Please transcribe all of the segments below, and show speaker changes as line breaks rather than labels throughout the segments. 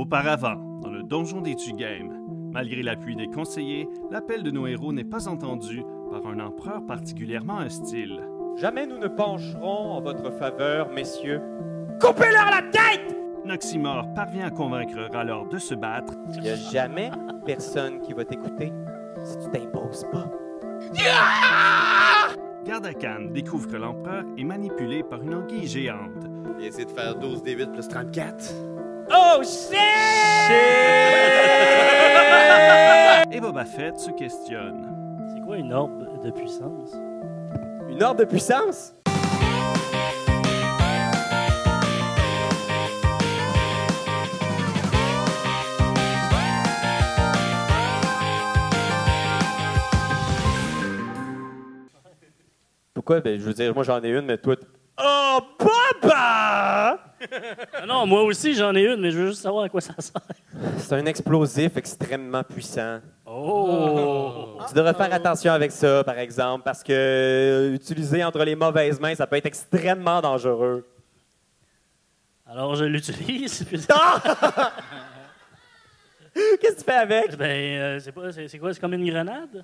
Auparavant, dans le donjon des Tugames, malgré l'appui des conseillers, l'appel de nos héros n'est pas entendu par un empereur particulièrement hostile.
Jamais nous ne pencherons en votre faveur, messieurs. Coupez-leur la tête
Noximor parvient à convaincre Ralor de se battre.
Il n'y a jamais personne qui va t'écouter si tu t'imposes pas.
Gardakan découvre que l'empereur est manipulé par une anguille géante.
Il a essayé de faire 12 D8 plus 34.
Oh shit!
Et Boba Fett se questionne.
C'est quoi une orbe de puissance?
Une ordre de puissance? Pourquoi? Ben, je veux dire, moi j'en ai une, mais toi. t- Oh, Baba!
Ah non, moi aussi j'en ai une, mais je veux juste savoir à quoi ça sert.
C'est un explosif extrêmement puissant.
Oh!
Tu devrais faire attention avec ça, par exemple, parce que euh, utiliser entre les mauvaises mains, ça peut être extrêmement dangereux.
Alors je l'utilise. puis-
Ah! Qu'est-ce que tu fais avec?
Ben, euh, c'est pas- c'est- c'est quoi? C'est comme une grenade?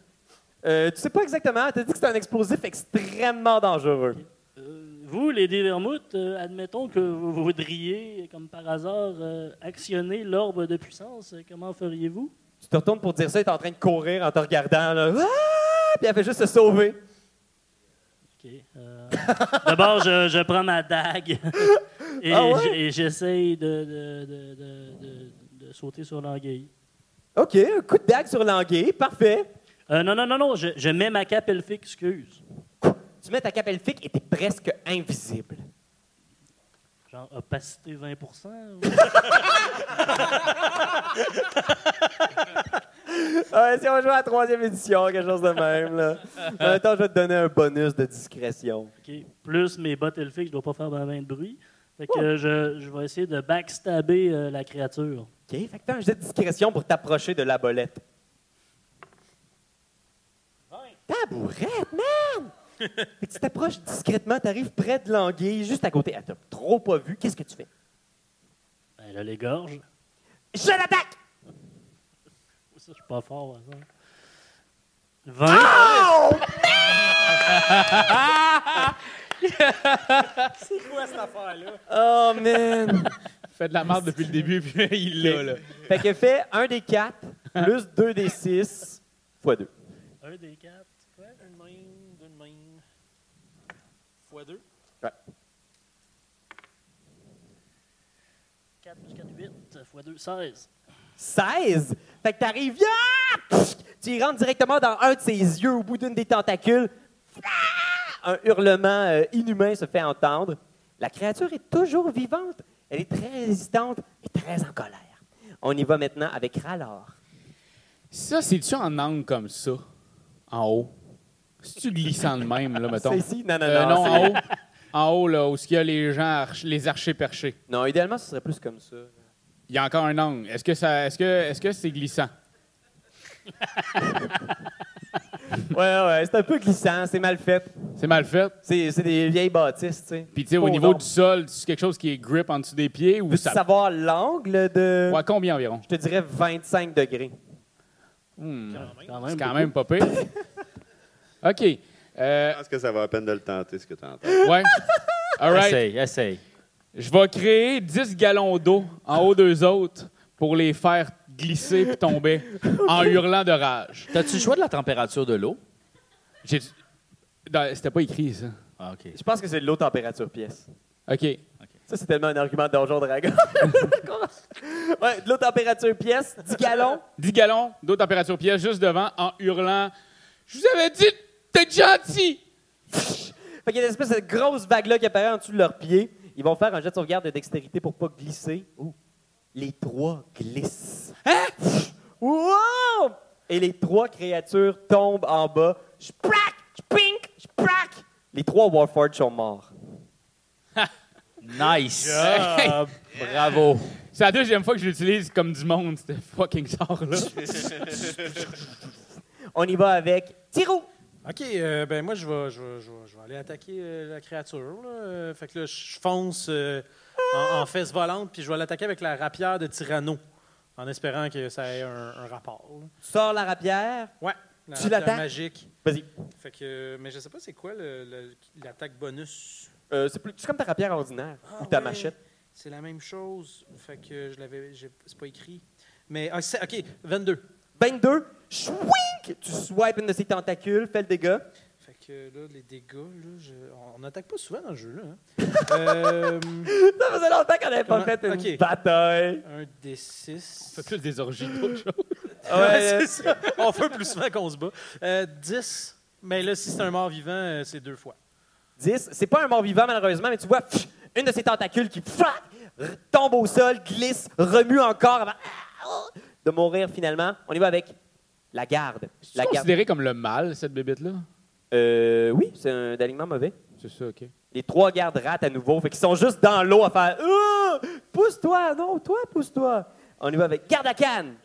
Euh, tu sais pas exactement, t'as dit que c'est un explosif extrêmement dangereux.
Euh, vous, les Dévermoutes, euh, admettons que vous voudriez, comme par hasard, euh, actionner l'orbe de puissance. euh, Comment feriez-vous?
Tu te retournes pour dire ça, elle est en train de courir en te regardant, là. Ah! Puis elle fait juste se sauver.
Ok, euh, D'abord, je, je prends ma dague et
Ah ouais?
j- et j'essaye de, de- de- de- de- de sauter sur l'anguille.
OK, un coup de dague sur l'anguille, parfait.
Euh, non, non, non, non, je, je mets ma cape elfique, excuse.
Tu mets ta cape elfique et t'es presque invisible.
Genre opacité 20 ou-
Ouais, Ah, si on joue à la troisième édition, quelque chose de même, là. En même temps, je vais te donner un bonus de discrétion.
OK. Plus mes bottes elfiques, je dois pas faire ben de bruit. Fait que euh, je, je vais essayer de backstabber euh, la créature.
OK, fait que t'as un jet de discrétion pour t'approcher de la bolette. Tabourette, man! fait que tu t'approches discrètement, t'arrives près de l'anguille, juste à côté. Elle t'a trop pas vu, qu'est-ce que tu fais?
Ben là, les gorges.
Je l'attaque!
Ça, je suis pas fort, par exemple. 20.
Oh! Oh, man!
Fait de la merde depuis le début, puis il l'a, là.
fait que fais un des quatre, plus deux des six, fois deux.
Un des quatre.
Ouais, une main, deux de main. Fois deux.
4 plus 4, 8. x 2, 16.
16. Fait que t'arrives, ah! Pfff! tu y rentres directement dans un de ses yeux au bout d'une des tentacules. Ah! Un hurlement euh, inhumain se fait entendre. La créature est toujours vivante. Elle est très résistante et très en colère. On y va maintenant avec Ralor.
Ça, c'est-tu en angle comme ça, en haut? C'est-tu glissant de même, là, mettons?
C'est ici? Non, non,
Euh,
non.
non,
c'est-
en haut. En haut, là, où il y a les gens, arch- les archers perchés.
Non, idéalement, ce serait plus comme ça.
Il y a encore un angle. Est-ce que ça, est-ce que, est-ce que c'est glissant?
Ouais, ouais, c'est un peu glissant, c'est mal fait.
C'est mal fait.
C'est c'est des vieilles bâtisses, tu sais.
Puis, tu sais, au
Oh,
niveau
non.
du sol, c'est quelque chose qui est grip en dessous des pieds ou
Veux-tu
ça.
savoir l'angle de.
Ouais, combien environ?
Je te dirais 25 degrés.
Hmm,
Quand même.
C'est quand même pas pire. OK. Euh,
Je pense que ça va à peine de le tenter, ce que tu entends.
ouais. All right.
Essaye, essaye.
Je vais créer 10 gallons d'eau en haut d'eux autres pour les faire glisser puis tomber en hurlant de rage.
T'as-tu le choix de la température de l'eau?
J'ai- Non, C'était pas écrit, ça.
Ah, OK.
Je pense que c'est de l'eau température pièce.
OK.
Ça, c'est tellement un argument de Donjon Dragon. ouais, de l'eau température pièce, 10 gallons.
10 gallons d'eau température pièce juste devant en hurlant Je vous avais dit, t'es gentil!
Fait qu'il y a une espèce de grosse vague-là qui apparaît en dessous de leurs pieds. Ils vont faire un jet de sauvegarde de dextérité pour pas glisser. Ouh. Les trois glissent. Hein? Wow! Et les trois créatures tombent en bas. Sprack! Spink! Sprack! Les trois Warfords sont morts.
Nice! Bravo!
C'est la deuxième fois que je l'utilise comme du monde, ce fucking sort-là.
On y va avec Tiro.
OK, euh, ben moi, je vais, je vais, je vais, je vais aller attaquer euh, la créature. Là. Euh, Fait que là, je fonce euh, en, en fesse volante, puis je vais l'attaquer avec la rapière de Tyranno, en espérant que ça ait un, un rapport. là.
Tu sors la rapière.
Ouais, la
Tu
rapière
l'attaques?
magique.
Vas-y.
Fait que, euh, mais je sais pas c'est quoi le- le- l'attaque bonus.
Euh, c'est plus c'est comme ta rapière ordinaire ou ta
Ah ouais.
machette.
C'est la même chose. Fait que je l'avais, j'ai- c'est pas écrit. Mais ah, c'est- ok, 22.
22. Chouink! Tu swipes une de ses tentacules, fais le dégât.
Fait que là, les dégâts, là, je- on n'attaque pas souvent dans le jeu. Là, hein. Euh,
Ça faisait longtemps qu'on n'avait pas
Comment-
fait une
Ok.
bataille.
un D6.
C'est plus des orgies d'autres choses.
Ouais,
Ah Ouais,
euh,
c'est ça. On fait plus souvent qu'on se bat. Euh, 10. Mais là, si c'est un mort vivant, euh, c'est deux fois.
10. C'est pas un mort-vivant, malheureusement, mais tu vois pff, une de ses tentacules qui frac, r- tombe au sol, glisse, remue encore avant ah, oh, de mourir finalement. On y va avec la garde. La
C'est
garde.
considéré comme le mal, cette bébite-là?
Euh, oui, c'est un alignement mauvais.
C'est ça, OK.
Les trois gardes ratent à nouveau, fait qu'ils sont juste dans l'eau à faire Ah! Pousse-toi, non, toi, pousse-toi. On y va avec garde à canne.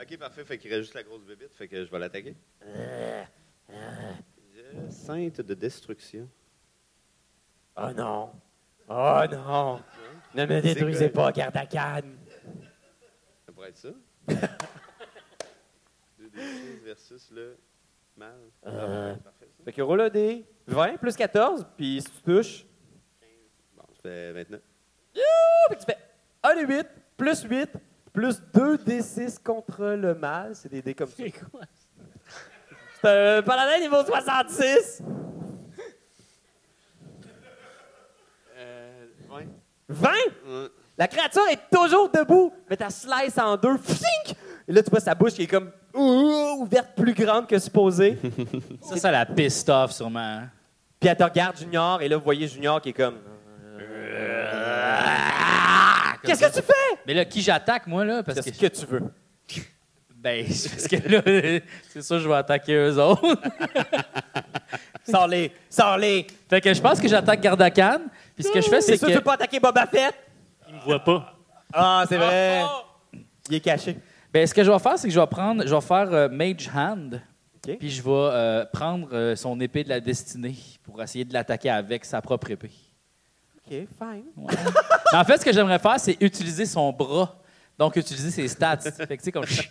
OK, parfait. Fait qu'il reste juste la grosse bébite. Fait que je vais l'attaquer. Euh, Sainte de destruction.
Oh non. Oh non. Ne me détruisez pas, garde à canne.
Ça pourrait être ça. 2d6 versus le mal. Ah, ouais, parfait, ça.
Fait que roule un dé. 20 plus 14, puis si tu touches,
Bon, je fais 29.
oh, fait que tu fais 1 et 8, plus 8, plus 2 D6 contre le mal. C'est des dés comme ça.
C'est quoi?
C'est un paladin niveau 66.
Euh, 20.
20! La créature est toujours debout, mais ta slice en deux. Fink! Et là, tu vois sa bouche qui est comme ouh, ouverte plus grande que supposé.
Ça, ça la pissed off, sûrement. hein?
Puis elle te regarde, Junior, et là, vous voyez Junior qui est comme. Qu'est-ce que tu fais?
Mais là, qui j'attaque, moi, là? Parce que,
Qu'est-ce que tu veux?
Ben, c'est parce que là, c'est sûr que je vais attaquer eux autres.
Sors-les! Sors-les!
fait que je pense que j'attaque Gardacan. Puis ce que je fais,
C'est
c'est
sûr que tu
que...
veux pas attaquer Boba Fett?
Il me voit pas.
Ah, c'est vrai! Il est caché.
Ben, ce que je vais faire, c'est que je vais prendre... Je vais faire euh, Mage Hand.
OK.
Puis je vais euh, prendre euh, son épée de la destinée pour essayer de l'attaquer avec sa propre épée.
OK, fine.
Ouais. Mais en fait, ce que j'aimerais faire, c'est utiliser son bras. Donc, utiliser ses stats. Fait que, tu sais, comme. Puis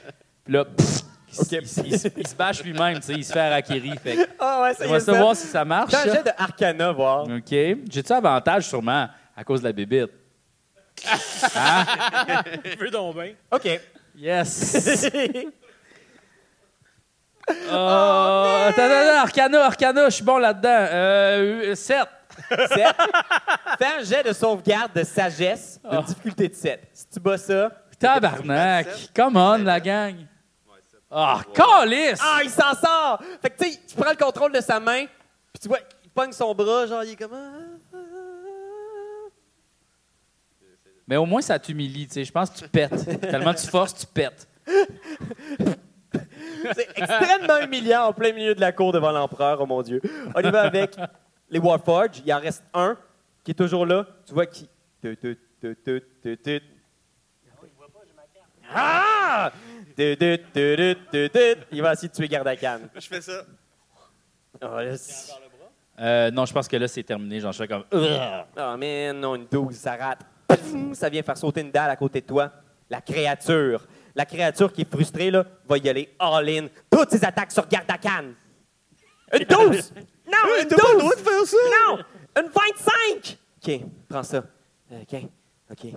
là, pfff, il, s-
Ok.
il s- il s- il se bâche lui-même, tu sais, il se fait harakiri. Fait que,
Ah ouais, ça
on
y est.
va savoir si ça marche.
J'ai un jet de Arcana, voir.
OK. J'ai-tu avantage, sûrement, à cause de la bébite?
Je veux donc bien.
OK.
Yes! oh, attends, attends, attends, Arcana, Arcana, je suis bon là-dedans. Euh, 7.
Sept. Fais un jet de sauvegarde de sagesse de
Ah.
difficulté de 7. Si tu bats ça...
Tabarnak! Come on, la gang! Ah, calice!
Ah, il s'en sort! Fait que, tu sais, tu prends le contrôle de sa main, puis tu vois, il pogne son bras, genre, il est comme... ah, ah, ah.
Mais au moins, ça t'humilie, tu sais. Je pense que tu pètes. Tellement tu forces, tu pètes.
C'est extrêmement humiliant en plein milieu de la cour devant l'empereur, oh mon Dieu. On y va avec les Warforges. Il en reste un qui est toujours là. Tu vois qui. Tut, tut, tut, tut, tut, tut. Ah! Tut, tut, tut, tut, tut, tut. Il va essayer de tuer Gardakan.
Je fais ça.
Oh, là, c'est-
Euh, non, je pense que là, c'est terminé. J'en fais comme. euh. Urgh!
oh man, non, une 12, ça rate. Poum! Ça vient faire sauter une dalle à côté de toi. La créature. La créature qui est frustrée, là, va y aller all-in. Toutes ses attaques sur Gardakan. Une 12! Non, une 12!
faire ça!
Non! Une 25! OK, prends ça. Euh, OK, OK.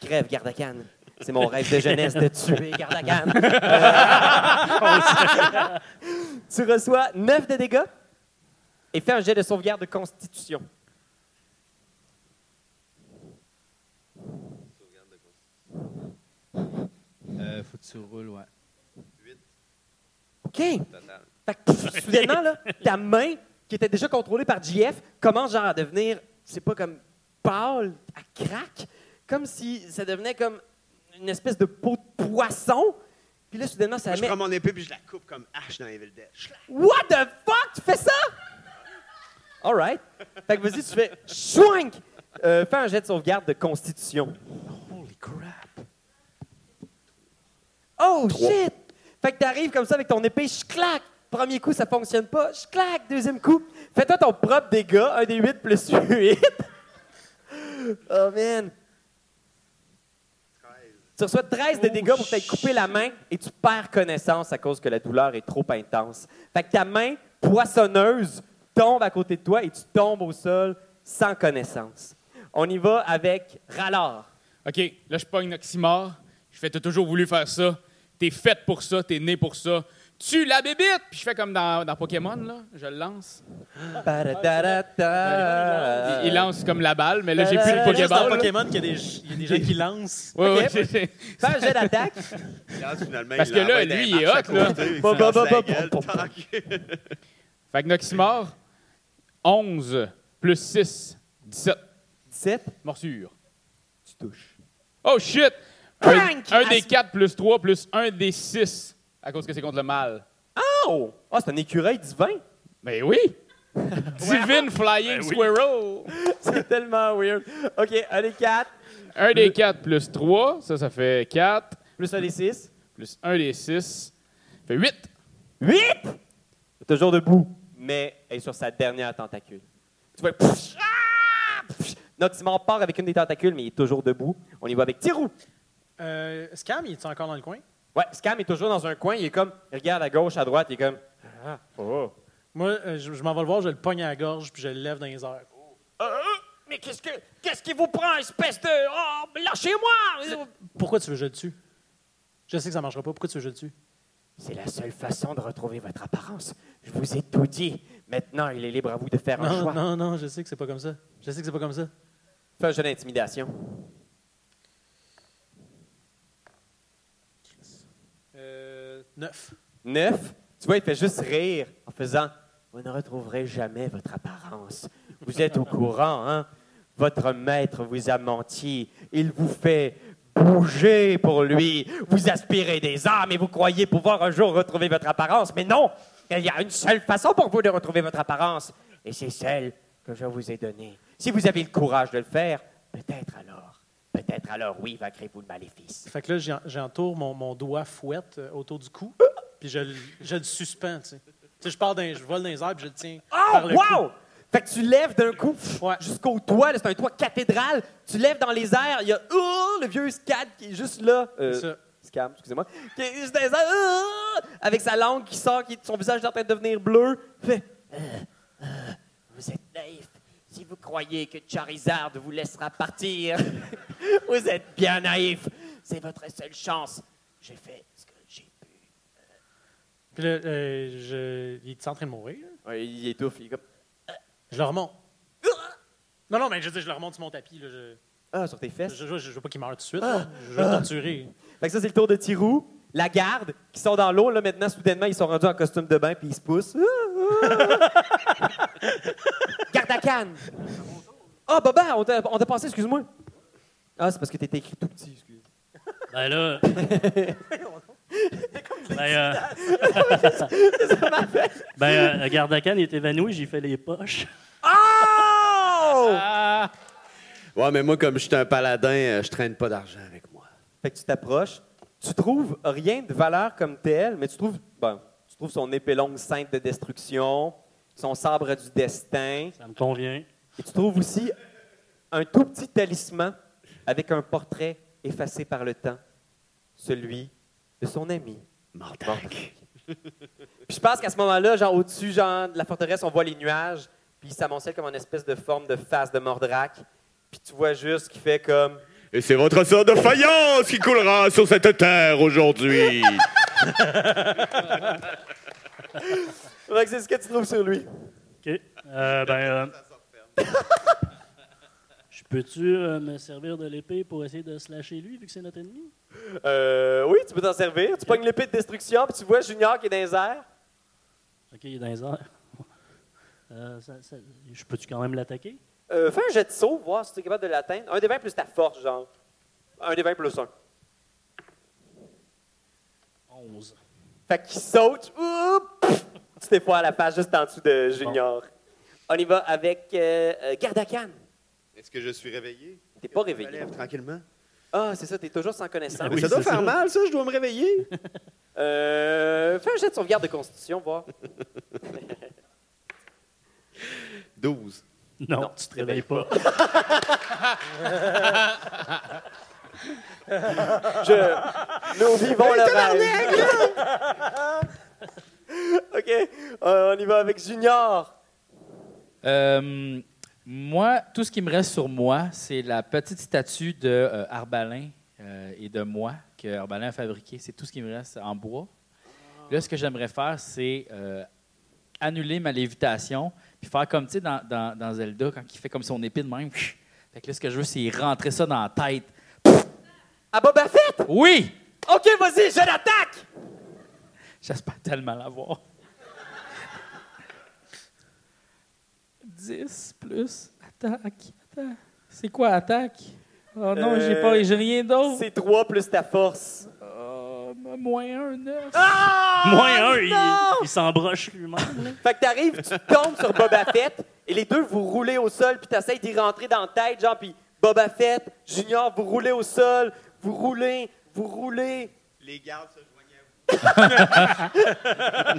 Crève, Gardacan. C'est mon rêve de jeunesse de tuer Gardacan. Euh, tu reçois 9 de dégâts et fais un jet de sauvegarde de constitution.
Euh, faut que tu roules, ouais.
OK. Fait que, pff, soudainement, là, ta main, qui était déjà contrôlée par JF, commence genre à devenir, c'est pas comme pâle, à craque, comme si ça devenait comme une espèce de peau de poisson. Puis là, soudainement, ça
Moi, je
met...
prends mon épée puis je la coupe comme hache dans Evil Dead. Schlac!
What the fuck? Tu fais ça? All right. Fait que vas-y, tu fais chouink! Euh, fais un jet de sauvegarde de constitution.
Holy crap!
Oh shit! Fait que t'arrives comme ça avec ton épée, claque. Premier coup, ça fonctionne pas, claque. Deuxième coup, fais-toi ton propre dégât, un des 8 plus 8. Oh, man. Tu reçois 13 de dégâts
Oh,
pour t'être coupé la main et tu perds connaissance à cause que la douleur est trop intense. Fait que ta main poissonneuse tombe à côté de toi et tu tombes au sol sans connaissance. On y va avec Rallard.
OK, là, je pogne Oxymore. Je fais, t'as toujours voulu faire ça. T'es faite pour ça, t'es né pour ça. Tu la bébite! Puis je fais comme dans, dans Pokémon, là. Je le lance.
Paradarata.
Il, il lance comme la balle, mais
Euh,
là, j'ai plus le
C'est juste dans
Pokéball. là.
Pokémon qu'il y a des, il y a des gens qui lancent.
Ouais, ouais,
Ok.
c'est- c'est-
Fais un jet d'attaque.
finalement,
Parce
il
que là,
l'envoie dans
lui,
les
il est
marches
hot, là.
à côté, il
Bah,
se
bah,
lance
bah,
la
bah,
gueule,
bah, bah,
tant que-
Fait que Noxymore, 11 plus 6, 17
17.
morsures.
Tu touches.
Oh shit! Un,
Crank!
un des
As-
4 plus 3 plus 1 des 6 à cause que c'est contre le mal.
Oh! Ah, c'est un écureuil divin.
Ben oui! Divine
Ben
Flying
oui.
Squirrel!
C'est tellement weird. OK, un des 4,
Un des 4 plus 3, ça, ça fait 4,
plus un des 6.
plus 1 des 6, ça fait 8.
8! Toujours debout, mais elle est sur sa dernière tentacule. Tu vois, pfff, ah, pfff. Noximor part avec une des tentacules, mais il est toujours debout. On y va avec Tirou.
Euh, Scam, il est encore dans le coin?
Ouais, Scam est toujours dans un coin. Il est comme, il regarde à gauche, à droite, il est comme, ah, oh.
Moi, euh, je, je m'en vais le voir, je le pogne à la gorge, puis je le lève dans les airs.
Ah, ah, mais qu'est-ce que, qu'est-ce qui vous prend, espèce de, oh, lâchez-moi! Oh.
Pourquoi tu veux que je le tue? Je sais que ça marchera pas. Pourquoi tu veux que je le tue?
C'est la seule façon de retrouver votre apparence. Je vous ai tout dit. Maintenant, il est libre à vous de faire un
Non,
choix.
non, non, je sais que c'est pas comme ça. Je sais que c'est pas comme ça.
Fais un jeu d'intimidation.
Euh, neuf.
Neuf, tu vois, il fait juste rire en faisant Vous ne retrouverez jamais votre apparence. Vous êtes au courant, hein Votre maître vous a menti. Il vous fait bouger pour lui. Vous aspirez des âmes et vous croyez pouvoir un jour retrouver votre apparence. Mais non Il y a une seule façon pour vous de retrouver votre apparence. Et c'est celle que je vous ai donnée. Si vous avez le courage de le faire, peut-être alors. Peut-être alors, oui, vaincrez-vous le maléfice.
Fait que là, j'en- j'entoure mon, mon doigt fouette euh, autour du cou, puis je, le- je le suspends, tu sais. Tu sais, je pars dans, je vole dans les airs, puis je le tiens par
Oh,
le cou.
wow! Fait que tu lèves d'un coup pff,
Ouais.
jusqu'au toit, là, c'est un toit cathédral. Tu lèves dans les airs, il y a oh, le vieux Scad qui est juste là. Euh,
C'est ça.
Scam, excusez-moi. Qui est juste dans les airs, oh, avec sa langue qui sort, qui, son visage est en train de devenir bleu. Fait, euh, euh, vous êtes naïf. Si vous croyez que Charizard vous laissera partir, vous êtes bien naïf. C'est votre seule chance. J'ai fait ce que j'ai pu.
Puis là, euh, je, il est en train de mourir.
Ouais, il étouffe, il est comme.
Je le remonte. Non, non, mais je, veux dire, je le remonte sur mon tapis. là, je,
Ah, sur tes fesses.
je, je- je veux pas qu'il meure tout de suite.
Ah.
là. Je veux le torturer.
Fait que ça, c'est le tour de Tirou. La garde, qui sont dans l'eau, là, maintenant, soudainement, ils sont rendus en costume de bain, puis ils se poussent. garde à canne! Ah, bah, bah, on t'a on t'a passé, excuse-moi. Ah, c'est parce que t'étais écrit tout petit, excuse.
Ben là. ben, euh, ben euh, Gardakan, il est évanoui, j'ai fait les poches.
Oh!
Ouais, mais moi, comme je suis un paladin, euh, je traîne pas d'argent avec moi.
Fait que tu t'approches. Tu trouves rien de valeur comme tel, mais tu trouves, bon, tu trouves son épée longue sainte de destruction, son sabre du destin.
Ça me convient.
Et tu trouves aussi un tout petit talisman avec un portrait effacé par le temps, celui de son ami. Mortac. Puis je pense qu'à ce moment-là, genre au-dessus genre, de la forteresse, on voit les nuages, puis ça s'amoncelle comme une espèce de forme de face de Mordrac. Puis tu vois juste qu'il fait comme
Et c'est votre sort de faïence qui coulera sur cette terre aujourd'hui.
Fait que c'est ce que tu trouves sur lui.
OK. Euh, ben, euh, je peux-tu euh, me servir de l'épée pour essayer de slasher lui, vu que c'est notre ennemi?
Euh, oui, tu peux t'en servir. Tu pognes l'épée de destruction, puis tu vois Junior qui est dans les airs.
OK, il est dans les airs. Euh, ça- ça- je peux-tu quand même l'attaquer?
Euh, fais un jet de saut, voir si tu es capable de l'atteindre. Un des 20 plus ta force, genre. Un des 20 plus un.
11.
Fait qu'il saute. Ouh, pff, tu t'es pas à la face juste en dessous de Junior. On y va avec euh, euh, Gardakan.
Est-ce que je suis réveillé?
T'es pas
Je me
réveillé.
lève tranquillement.
Ah, c'est ça, t'es toujours sans connaissance.
Mais ça doit faire mal, ça, je dois me réveiller.
Euh, fais un jet de sauvegarde de constitution, voir.
12.
Non, tu te réveilles pas.
Je- Nous vivons le rêve. OK. euh, on y va avec Junior.
Euh, moi, tout ce qui me reste sur moi, c'est la petite statue de euh, Arbalin euh, et de moi que Arbalin a fabriquée. C'est tout ce qui me reste en bois. Là, ce que j'aimerais faire, c'est euh, annuler ma lévitation, puis faire comme, tu sais, dans, dans- dans Zelda, quand il fait comme son épée de même. Fait que là, ce que je veux, c'est rentrer ça dans la tête.
À Boba Fett!
Oui!
OK, vas-y, je l'attaque!
J'espère tellement l'avoir. 10 plus attaque. Attends. C'est quoi attaque? Oh non, j'ai
Euh,
pas, j'ai rien d'autre.
C'est 3 plus ta force.
Oh, moins un 9.
Moins un, il,
non!
il s'embroche lui-même. là.
Fait que t'arrives, tu tombes sur Boba Fett, et les deux, vous roulez au sol, puis t'essayes d'y rentrer dans la tête, genre, puis Boba Fett, Junior, vous roulez au sol, vous roulez, vous roulez.
Les gardes se joignaient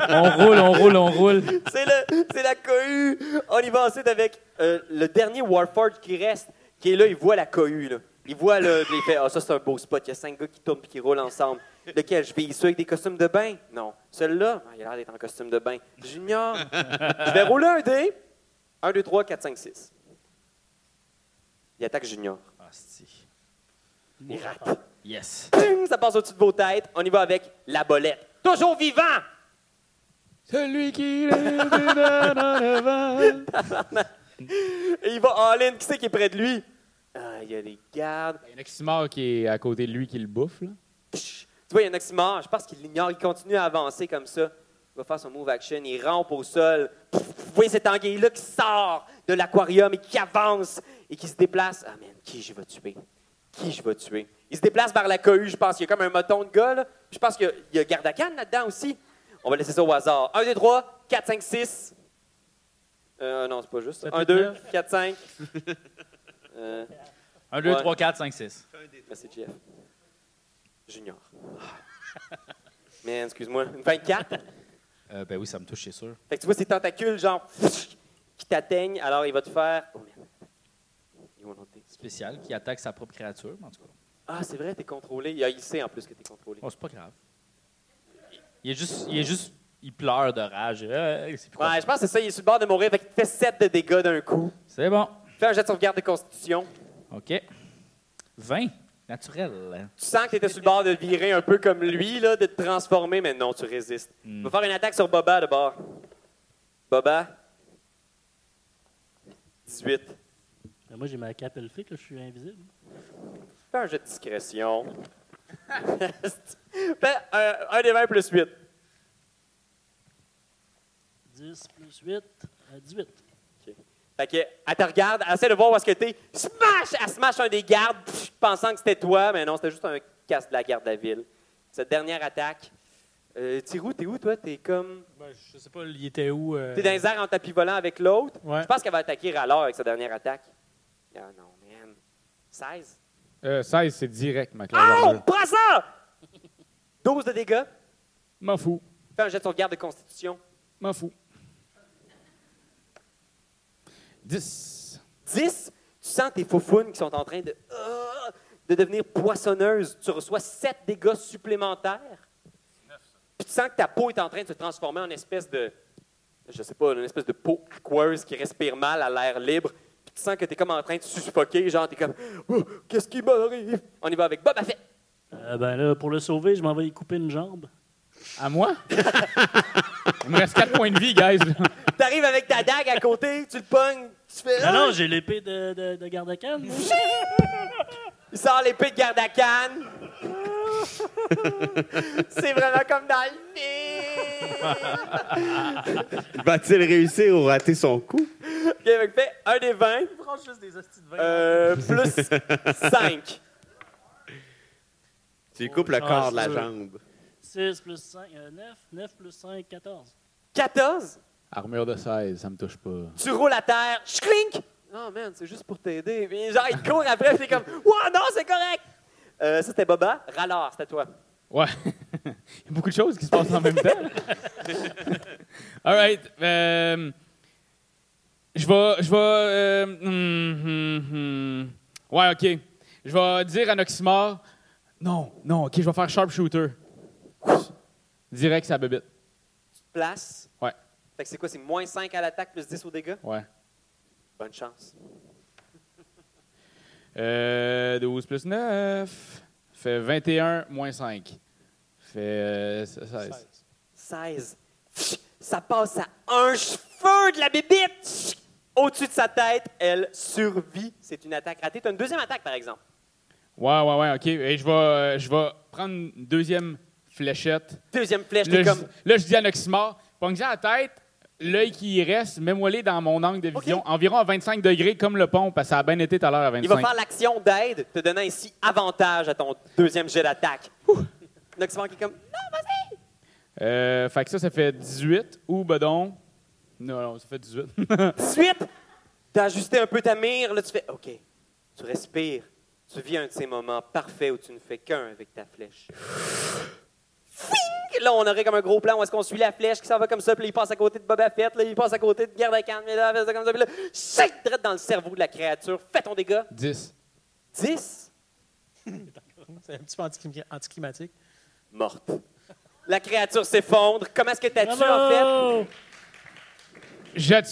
On roule, on roule, on roule.
C'est le, c'est la cohue. On y va ensuite avec euh, le dernier Warforge qui reste, qui est là, il voit la cohue, là. Il voit le. puis Il fait, ah, ça, c'est un beau spot. Il y a cinq gars qui tournent puis qui roulent ensemble. Lequel je vais Ceux avec des costumes de bain? Non. Celui-là, ah, il a l'air d'être en costume de bain. Junior, je vais rouler un dé. 1, 2, 3, 4, 5, 6. Il attaque Junior.
Asti.
Il rate.
Yes.
Ping, ça passe au-dessus de vos têtes. On y va avec la bolette. Toujours vivant!
Celui qui est
Et il va en ligne. Qui c'est qui est près de lui? Ah, il y a des gardes.
Il y a un oxymore qui est à côté de lui qui le bouffe. Là.
Psh! Tu vois, il y a un oxymore. Je pense qu'il l'ignore. Il continue à avancer comme ça. Il va faire son move action. Il rampe au sol. Pff! Vous voyez cette anguille-là qui sort de l'aquarium et qui avance et qui se déplace. Ah, man, qui je vais tuer? Qui je vais tuer? Il se déplace vers la cohue, je pense. Il y a comme un moton de gars, là. Je pense qu'il y a- il y a Gardacan là-dedans aussi. On va laisser ça au hasard. 1, 2, 3, 4, 5, 6. Euh, non, c'est pas juste.
Ça
1,
peut
2,
être
4, 5. euh,
1, 2,
Ouais.
3, 4, 5, 6.
Merci, Jeff. Junior. Man, excuse-moi. Une 24.
ben oui, ça me touche, c'est sûr.
Fait que tu vois ces tentacules, genre, qui t'atteignent. Alors, il va te faire. Oh, man. Ils vont noter.
Spécial, qui attaque sa propre créature, mais en tout cas.
Ah, c'est vrai, t'es contrôlé. Ah, Il, y a- il sait en plus que t'es contrôlé.
Oh, c'est pas grave. Il est juste, il est juste, il pleure de rage. Euh, c'est plus quoi
Ouais,
faire.
je pense que c'est ça. Il est sur le bord de mourir. Fait qu'il te fait 7 de dégâts d'un coup.
C'est bon.
Fais un jet de sauvegarde de constitution.
OK. 20, naturel.
Tu sens que t'étais sur le bord de virer un peu comme lui, là, de te transformer, mais non, tu résistes. Il va faire une attaque sur Boba de bord. Boba. 18.
Mais Ben, Moi, j'ai ma cape elfique, là, je suis invisible.
Fais un jeu de discrétion. Fais un, un des 20 plus 8.
10 plus 8, euh, 18.
Fait que, elle te regarde, elle essaie de voir où est-ce que t'es. Smash! Elle smash un des gardes, pff, pensant que c'était toi, mais non, c'était juste un casse de la garde de la ville. Cette dernière attaque. Euh, Tirou, t'es où, toi? T'es comme.
Ben, je sais pas, il était où? euh,
T'es dans les airs en tapis volant avec l'autre.
Ouais.
Je pense qu'elle va attaquer Rallor avec sa dernière attaque. Ah non, man. 16.
Euh, 16, c'est direct, ma
Oh!
Ah!
classe.
Prends ça! 12 de dégâts.
M'en fous.
Fais un jet de sauvegarde de constitution.
M'en fous. 10.
10, tu sens tes faufounes qui sont en train de, Ah! de devenir poissonneuses. Tu reçois 7 dégâts supplémentaires. Puis tu sens que ta peau est en train de se transformer en espèce de, je sais pas, une espèce de peau aqueuse qui respire mal à l'air libre. Puis tu sens que tu es comme en train de suffoquer, genre t'es comme, Oh, qu'est-ce qui m'arrive? On y va avec Boba Fett.
Euh, ben là, pour le sauver, je m'en vais y couper une jambe.
À moi? Il me reste 4 points de vie, guys.
T'arrives avec ta dague à côté, tu le pognes, tu fais,
Non,
Ah!
non, j'ai l'épée de, de, de Gardacan. moi.
Il sort l'épée de garde à canne. C'est vraiment comme dans le film.
Va-t-il réussir ou rater son coup?
Ok, fait que fais un des 20. Euh, plus 5.
Tu lui coupes le
Ah,
corps de la
c'est-
jambe.
6 plus 5, 9. 9 plus 5, 14.
14.
Armure de 16, ça me touche pas.
Tu roules à terre. Schlink! Non, man, c'est juste pour t'aider. Mais genre, il te court après, c'est comme, Wow, non, c'est correct! Euh, ça, c'était Boba. Rallor, c'était toi.
Ouais. Il y a beaucoup de choses qui se passent en même temps. All right. euh, Je vais. Je vais. euh, hmm, hmm, hmm. Ouais, OK. Je vais dire à Noximor. Non, non, OK, je vais faire sharpshooter. Direct, ça bébite.
Place.
Ouais.
Fait que c'est quoi? C'est moins 5 à l'attaque, plus 10 au dégât?
Ouais.
Bonne chance.
Euh, 12 plus 9. Fait 21 moins 5. Fait euh, 16.
16. Ça passe à un cheveu de la bébite! Au-dessus de sa tête, elle survit. C'est une attaque ratée. T'as une deuxième attaque, par exemple.
Ouais, ouais, ouais, OK. Et je vais, euh, je vais prendre une deuxième fléchette.
Deuxième flèche,
Là,
t'es
je,
comme...
là, je dis à Noximor, pogne la tête, l'œil qui y reste, mets-moi-les dans mon angle de vision, environ à 25 degrés, comme le pont, parce que ça a bien été tout à l'heure à 25.
Il va faire l'action d'aide, te donnant ici avantage à ton deuxième jet d'attaque. Noximor qui est comme... Non, vas-y!
Euh, fait que ça, ça fait 18, ou bedon. Non, non, ça fait 18.
18! T'as ajusté un peu ta mire, là, tu fais... OK. Tu respires. Tu vis un de ces moments parfaits où tu ne fais qu'un avec ta flèche. Fing! Là, on aurait comme un gros plan où est-ce qu'on suit la flèche qui s'en va comme ça, puis là, il passe à côté de Boba Fett, là, il passe à côté de Gardacan, mais là, il fait ça comme ça, puis là, shake direct dans le cerveau de la créature. Fais ton dégât.
10.
10.
C'est un petit peu anticlim- anticlimatique.
morte. La créature s'effondre. Comment est-ce que t'as tué, en fait?
Bravo!
J'attends.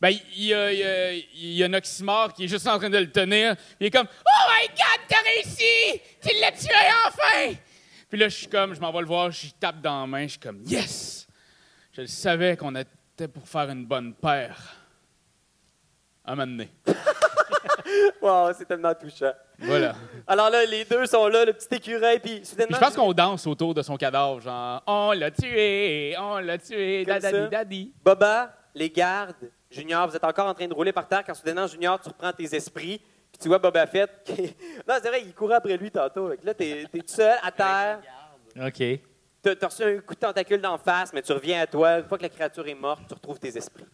Ben, il y a, il y a- il y a Noximor qui est juste en train de le tenir. Il est comme Oh my god, t'as réussi! Tu l'as tué enfin! Puis là, je suis comme, je m'en vais le voir, j'y tape dans la main, je suis comme Yes! Je le savais qu'on était pour faire une bonne paire. À un moment donné.
Wow, c'est tellement touchant.
Voilà.
Alors là, les deux sont là, le petit écureuil, puis
Puis
soudainement...
je pense qu'on danse autour de son cadavre, genre On l'a tué, on l'a tué,
Comme ça.
dadadi, daddy.
Boba, les gardes, Junior, vous êtes encore en train de rouler par terre quand soudainement, Junior, tu reprends tes esprits, puis tu vois Boba Fett. qui- non, c'est vrai, il courait après lui tantôt. Fait que Là, t'es t'es tout seul, à terre.
OK.
T'as t'as reçu un coup de tentacule d'en face, mais tu reviens à toi. Une fois que la créature est morte, tu retrouves tes esprits.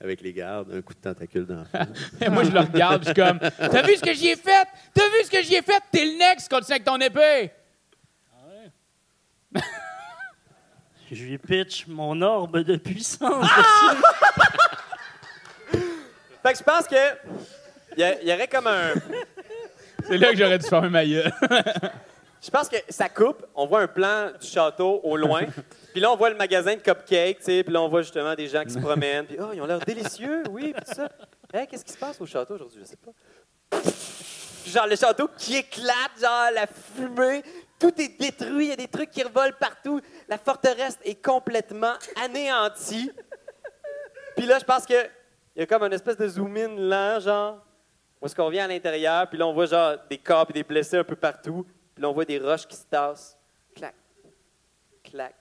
Avec les gardes, un coup de tentacule dans la face.
Et moi, je le regarde, je suis comme T'as vu ce que j'y ai fait? T'as vu ce que j'y ai fait? T'es le next, continue avec ton épée!
Je lui pitch mon orbe de puissance.
Fait que je pense que... Il y a- il y aurait comme un...
C'est là que j'aurais dû faire ma gueule.
Je pense que ça coupe. On voit un plan du château au loin. Puis là, on voit le magasin de cupcakes, tu sais. Puis là, on voit justement des gens qui se promènent. Puis, oh, ils ont l'air délicieux, oui, puis tout ça. Hein, Qu'est-ce qui se passe au château aujourd'hui? Je sais pas. Genre, le château qui éclate, genre, la fumée. Tout est détruit. Il y a des trucs qui revolent partout. La forteresse est complètement anéantie. Puis là, je pense que il y a comme une espèce de zoom-in lent, genre, où est-ce qu'on vient à l'intérieur, puis là, on voit genre des corps et des blessés un peu partout, puis là, on voit des roches qui se tassent. Clac, clac.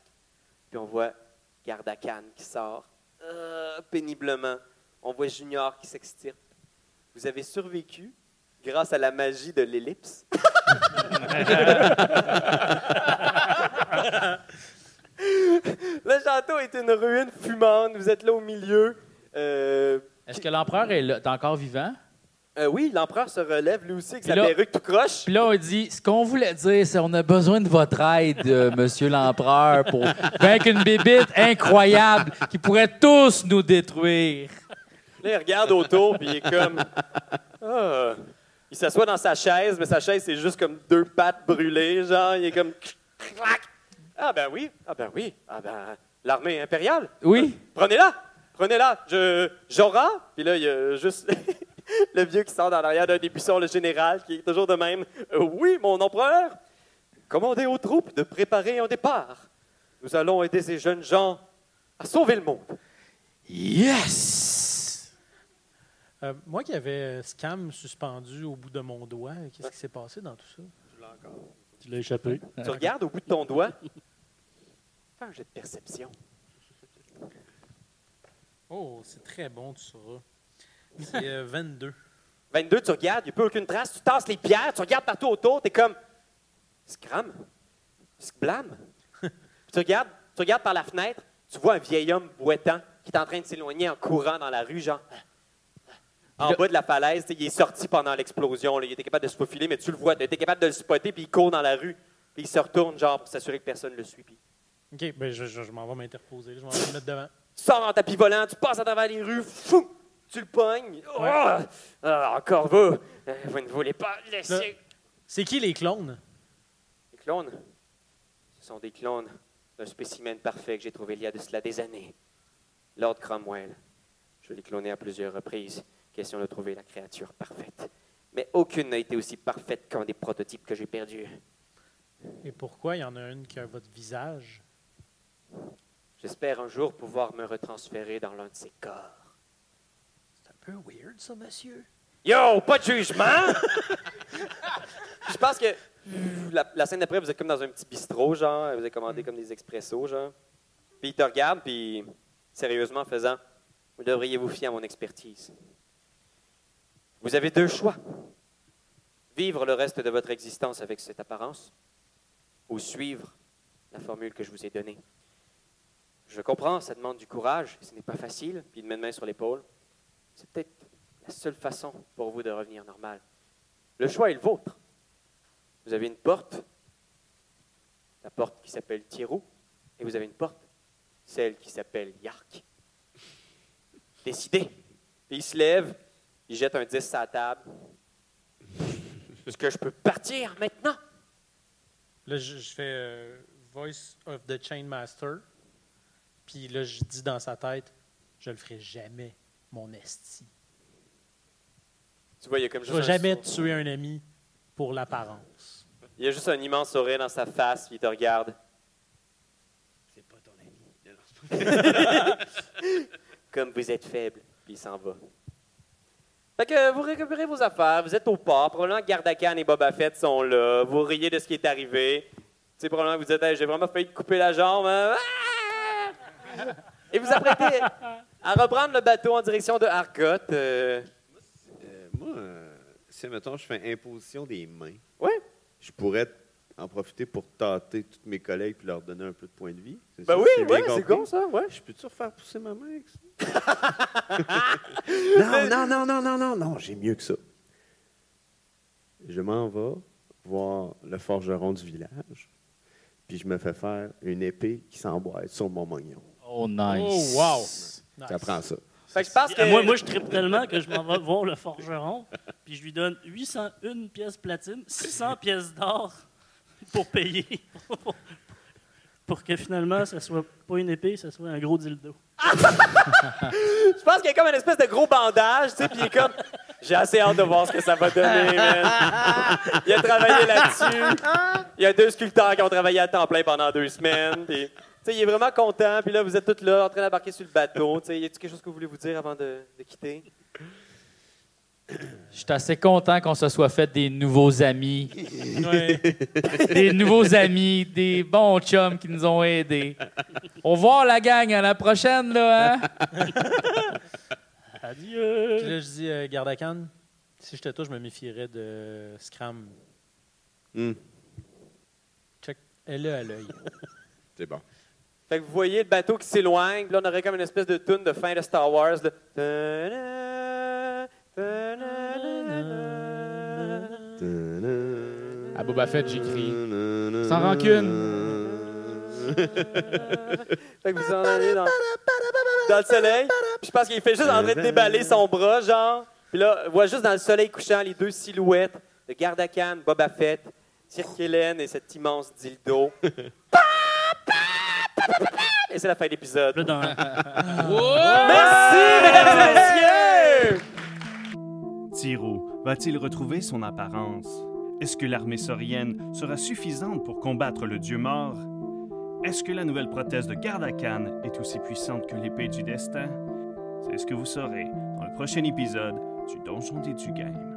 Puis on voit Gardakan qui sort euh, péniblement. On voit Junior qui s'extirpe. Vous avez survécu grâce à la magie de l'ellipse. Le château est une ruine fumante. Vous êtes là au milieu. Euh,
Est-ce que l'empereur est là? T'es encore vivant?
euh, oui, l'empereur se relève lui aussi avec
Puis
sa
là-
perruque tout croche.
Puis là, on dit ce qu'on voulait dire, c'est qu'on a besoin de votre aide, euh, monsieur l'empereur, pour vaincre une bébite incroyable qui pourrait tous nous détruire.
Là, il regarde autour, puis il est comme. Ah. Il s'assoit dans sa chaise, mais sa chaise, c'est juste comme deux pattes brûlées, genre. Il est comme. Clac! Ah, ben oui, ah, ben oui, ah, ben. L'armée impériale,
Oui?
prenez-la, prenez-la. Je. J'aura. Puis là, il y a juste. le vieux qui sort dans l'arrière d'un des buissons, le général, qui est toujours de même. Euh, oui, mon empereur, commandez aux troupes de préparer un départ. Nous allons aider ces jeunes gens à sauver le monde.
Yes!
Euh, moi qui avais euh, Scam suspendu au bout de mon doigt, qu'est-ce qui s'est passé dans tout ça?
Tu l'as échappé.
Tu regardes au bout de ton doigt. Fais un jet de perception.
Oh, c'est très bon, tu sauras. C'est euh, 22.
22, tu regardes, il n'y a plus aucune trace. Tu tasses les pierres, tu regardes partout autour, tu es comme. Scram. Scblam. Puis tu regardes, tu regardes par la fenêtre, tu vois un vieil homme boitant qui est en train de s'éloigner en courant dans la rue, genre. En bas de la falaise, tu sais, il est sorti pendant l'explosion. là. Il était capable de se faufiler, mais tu le vois. Tu étais capable de le spotter, puis il court dans la rue. Puis il se retourne, genre, pour s'assurer que personne ne le suit. puis-
OK, ben je, je- je m'en vais m'interposer. Je m'en vais me mettre devant.
Tu sors en tapis volant, tu passes à travers les rues, fou, tu le pognes. Ah! Ah, encore vous. Euh, Vous ne voulez pas laisser.
C'est qui les clones?
Les clones, ce sont des clones d'un spécimen parfait que j'ai trouvé il y a de cela des années. Lord Cromwell. Je l'ai cloné à plusieurs reprises, question de trouver la créature parfaite. Mais aucune n'a été aussi parfaite qu'un des prototypes que j'ai perdus.
Et pourquoi il y en a une qui a votre visage?
J'espère un jour pouvoir me retransférer dans l'un de ces corps.
C'est un peu weird, ça, monsieur.
Yo, pas de jugement! je pense que euh, la, la scène d'après, vous êtes comme dans un petit bistrot, genre, vous avez commandé comme des expressos, genre. Puis il te regarde, puis sérieusement, en faisant Vous devriez vous fier à mon expertise. Vous avez deux choix vivre le reste de votre existence avec cette apparence, ou suivre la formule que je vous ai donnée. Je comprends, ça demande du courage, ce n'est pas facile, puis il met une main sur l'épaule. C'est peut-être la seule façon pour vous de revenir normal. Le choix est le vôtre. Vous avez une porte, la porte qui s'appelle Thirou, et vous avez une porte, celle qui s'appelle Yark. Décidez. Puis il se lève, il jette un 10 à la table. Est-ce que je peux partir maintenant?
Là, je, je fais euh, Voice of the Chainmaster. Puis là, je dis dans sa tête, je le ferai jamais, mon esti.
Tu vois, il y a comme
Je
juste
vais
un
jamais
sourd.
tuer un ami pour l'apparence.
Il y a juste un immense sourire dans sa face, puis il te regarde. C'est pas ton ami. Comme vous êtes faible, puis il s'en va. Fait que vous récupérez vos affaires, vous êtes au port, probablement que Gardakan et Boba Fett sont là, vous riez de ce qui est arrivé. Tu sais, probablement que vous dites Hey, j'ai vraiment failli te couper la jambe. hein? Ah! Et vous apprêtez à reprendre le bateau en direction de Arcot. euh,
Euh, moi, euh, si, mettons, je fais imposition des mains,
Ouais.
je pourrais en profiter pour tâter tous mes collègues puis leur donner un peu de points de vie. C'est
Ben
ça,
oui,
j'ai bien
ouais, c'est
compris?
con ça, ouais.
Je peux-tu refaire pousser ma main avec ça? non, non, non, non, non, non, non, j'ai mieux que ça. Je m'en vais voir le forgeron du village, puis je me fais faire une épée qui s'emboîte sur mon mognon.
Oh, nice.
Oh, wow.
Ça prend ça.
Fait que je pense que.
Ah, Moi, moi, je tripe tellement que je m'en vais voir le forgeron, puis je lui donne 801 pièces platine, 600 pièces d'or pour payer. pour que finalement, ça soit pas une épée, ça soit un gros dildo.
Je pense qu'il y a comme une espèce de gros bandage, tu sais, puis il est comme. J'ai assez hâte de voir ce que ça va donner, man. Il a travaillé là-dessus. Il y a deux sculpteurs qui ont travaillé à temps plein pendant deux semaines. puis, tu sais, il est vraiment content. Puis là, vous êtes tous là, en train d'embarquer sur le bateau. Tu sais, y a-t-il quelque chose que vous voulez vous dire avant de, de quitter?
Je suis assez content qu'on se soit fait des nouveaux amis.
Ouais.
des nouveaux amis, des bons chums qui nous ont aidés. Au revoir, la gang, à la prochaine, là, hein?
Adieu!
Puis là, je dis, euh, Gardakan, si j'étais toi, je me méfierais de Scram.
Hmm,
Check. Elle a à l'œil.
c'est bon.
Fait que vous voyez le bateau qui s'éloigne. puis Là, on aurait comme une espèce de tune de fin de Star Wars. là. Ta-da, ta-da-da-da.
À
À Boba Fett, j'écris.
Sans
Sans
rancune.
Fait que vous en allez dans, dans le soleil. Puis je pense qu'il fait juste en train de déballer son bras, genre. Puis là, on voit juste dans le soleil couchant les deux silhouettes de Gardakan, Boba Fett, Cirque Hélène et cet immense dildo. Et c'est la fin de
Là,
l'épisode.
dans-
Merci, mesdames et messieurs!
Tiro va-t-il retrouver son apparence? Est-ce que l'armée saurienne sera suffisante pour combattre le dieu mort? Est-ce que la nouvelle prothèse de Gardakan est aussi puissante que l'épée du destin? C'est ce que vous saurez dans le prochain épisode du Donjon des Dugames.